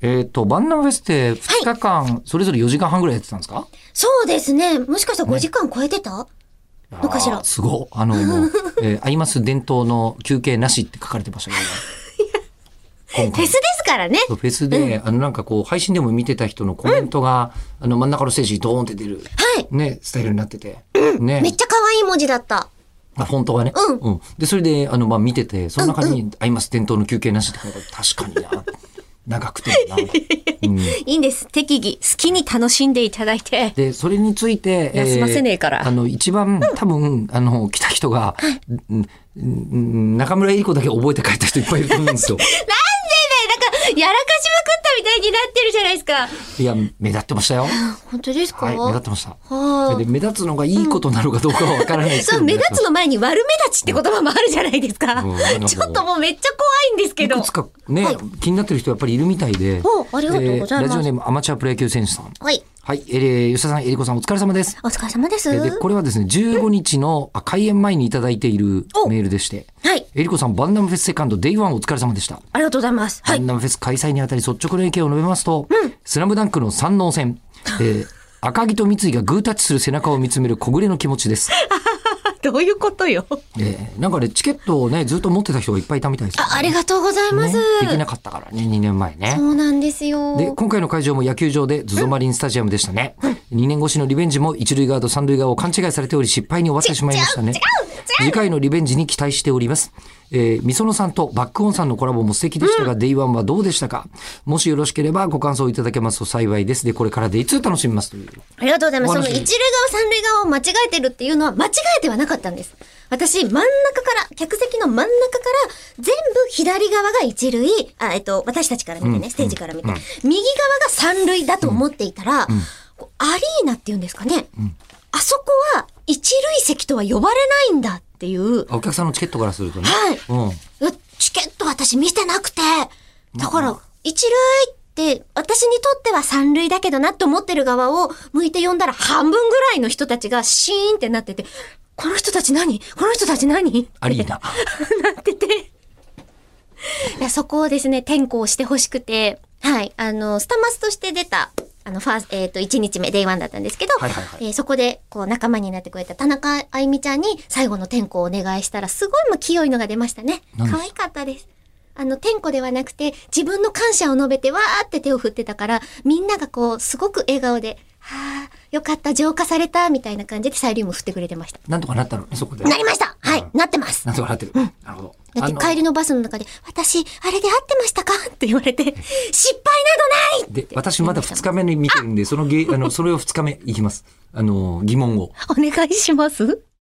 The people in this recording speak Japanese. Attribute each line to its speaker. Speaker 1: えっ、と、バンナムフェスって2日間、それぞれ4時間半ぐらいやってたんですか、
Speaker 2: そうですね。もしかしたら5時間超えてた、のかしら
Speaker 1: あーすごい。あの、 もう、えー、アイマス伝統の休憩なしって書かれてましたけど、今
Speaker 2: フェ
Speaker 1: 回
Speaker 2: スですからね。
Speaker 1: フェスで、あの、なんかこう、配信でも見てた人のコメントが、あの、真ん中のステージにドーンって出る、
Speaker 2: はい。
Speaker 1: ね、スタイルになってて、
Speaker 2: め
Speaker 1: ね
Speaker 2: っ、ちゃ可愛い文字だった。
Speaker 1: あ本当はね、
Speaker 2: うん
Speaker 1: で、それで、あの、まあ、見てて、その中に、アイマス伝統の休憩なしって書いてあ る確かにな、長くてもな。
Speaker 2: いいんです。適宜、好きに楽しんでいただいて。
Speaker 1: で、それについて、えー
Speaker 2: 休ませねえから
Speaker 1: あの、一番、多分、あの、来た人が、うんうん中村江里子だけ覚えて帰った人いっぱいいると思うんで すよ。
Speaker 2: なんか、やらかしまくったみたいになってるじゃないですか。
Speaker 1: いや、目立ってましたよ。
Speaker 2: 本当ですか
Speaker 1: はい、目立ってました。
Speaker 2: はあ
Speaker 1: で目立つのがいいことなのかどうかはわからないですけ
Speaker 2: そ
Speaker 1: ど、
Speaker 2: う、目立つ
Speaker 1: の
Speaker 2: の前に悪目立ちって言葉もあるじゃないです
Speaker 1: うん
Speaker 2: か。
Speaker 1: なんかもう
Speaker 2: ちょっともうめっちゃ怖いんですけ
Speaker 1: い
Speaker 2: ど。
Speaker 1: くつかね、
Speaker 2: はい
Speaker 1: 気になってる人やっぱりいるみたいで。
Speaker 2: おありがとうござ
Speaker 1: え
Speaker 2: います
Speaker 1: ーラジオネームアマチュアプロ野球選手さん。
Speaker 2: はい。
Speaker 1: はい、えー、吉田さん、江里子さん、お疲れ様です。
Speaker 2: お疲れ様です。
Speaker 1: えーで、これはですね、15日の、あ、開演前にいただいている
Speaker 2: お
Speaker 1: メールでして、
Speaker 2: はい。
Speaker 1: 江里子さん、バンダムフェスセカンド、デイワンお疲れ様でした。
Speaker 2: ありがとうございます。は
Speaker 1: バ
Speaker 2: い。
Speaker 1: ンダムフェス開催にあたり率直な意見を述べますと、スラムダンクの三能 戦、えー赤木と三井がグータッチする背中を見つめる小暮の気持ちです。
Speaker 2: どういうことよ。
Speaker 1: えーなんかね、チケットをね、ずっと持ってた人がいっぱいいたみたいです、ね。
Speaker 2: あありがとうございます。
Speaker 1: ね。できなかったからね、2年前ね
Speaker 2: そ。うなんですよ。
Speaker 1: で、今回の会場も野球場で、ズゾマリンスタジアムでしたね。2年越しのリベンジも一塁側と三塁側を勘違いされており失敗に終わってしまいましたね。次回のリベンジに期待しております。えー、みそのさんとバックオンさんのコラボも素敵でしたが、デイワンはどうでしたかもしよろしければご感想いただけますと幸いです。で、これからデイツー楽しみますという。
Speaker 2: ありがとうございます。
Speaker 1: お
Speaker 2: そ
Speaker 1: 話
Speaker 2: の一塁側、三塁側を間違えてるっていうのは間違えてはなかったんです。私、真ん中から、客席の真ん中から、全部左側が一塁、あ、えっと、私たちから見てね、ステージから見て、右側が三塁だと思っていたら、こうアリーナっていうんですかね、あそこは一塁席とは呼ばれないんだっていう、
Speaker 1: あお客さんのチケットからするとね。
Speaker 2: はい
Speaker 1: うん。
Speaker 2: うわチケット私見てなくて、だから、一塁って、私にとっては三塁だけどなって思ってる側を向いて呼んだら半分ぐらいの人たちがシーンってなってて、この人たち何この人たち何
Speaker 1: アリーナ。
Speaker 2: なってて。いや、そこをですね、転校してほしくて、はい、あの、スタマスとして出た、あの、ファースえっ、と、1日目、デイワンだったんですけど、
Speaker 1: はいはいはい
Speaker 2: えーそこで、こう、仲間になってくれた田中あゆみちゃんに最後の転校をお願いしたら、すごいもう清いのが出ましたね。
Speaker 1: 何です
Speaker 2: 可愛かったです。あの、転校ではなくて、自分の感謝を述べて、わーって手を振ってたから、みんながこう、すごく笑顔で、はー、よかった、浄化された、みたいな感じでサイリウム振ってくれてました。
Speaker 1: なんとかなったのね、そこで。
Speaker 2: なりましたはい、なってます
Speaker 1: なんとかなってる。なるほど。
Speaker 2: だって
Speaker 1: あの
Speaker 2: 帰りのバスの中で、私、あれで合ってましたかって言われて、失敗などない
Speaker 1: で、私まだ2日目に見てるんで、そのげ、あの、それを2日目いきます。あの、疑問を。
Speaker 2: お願いします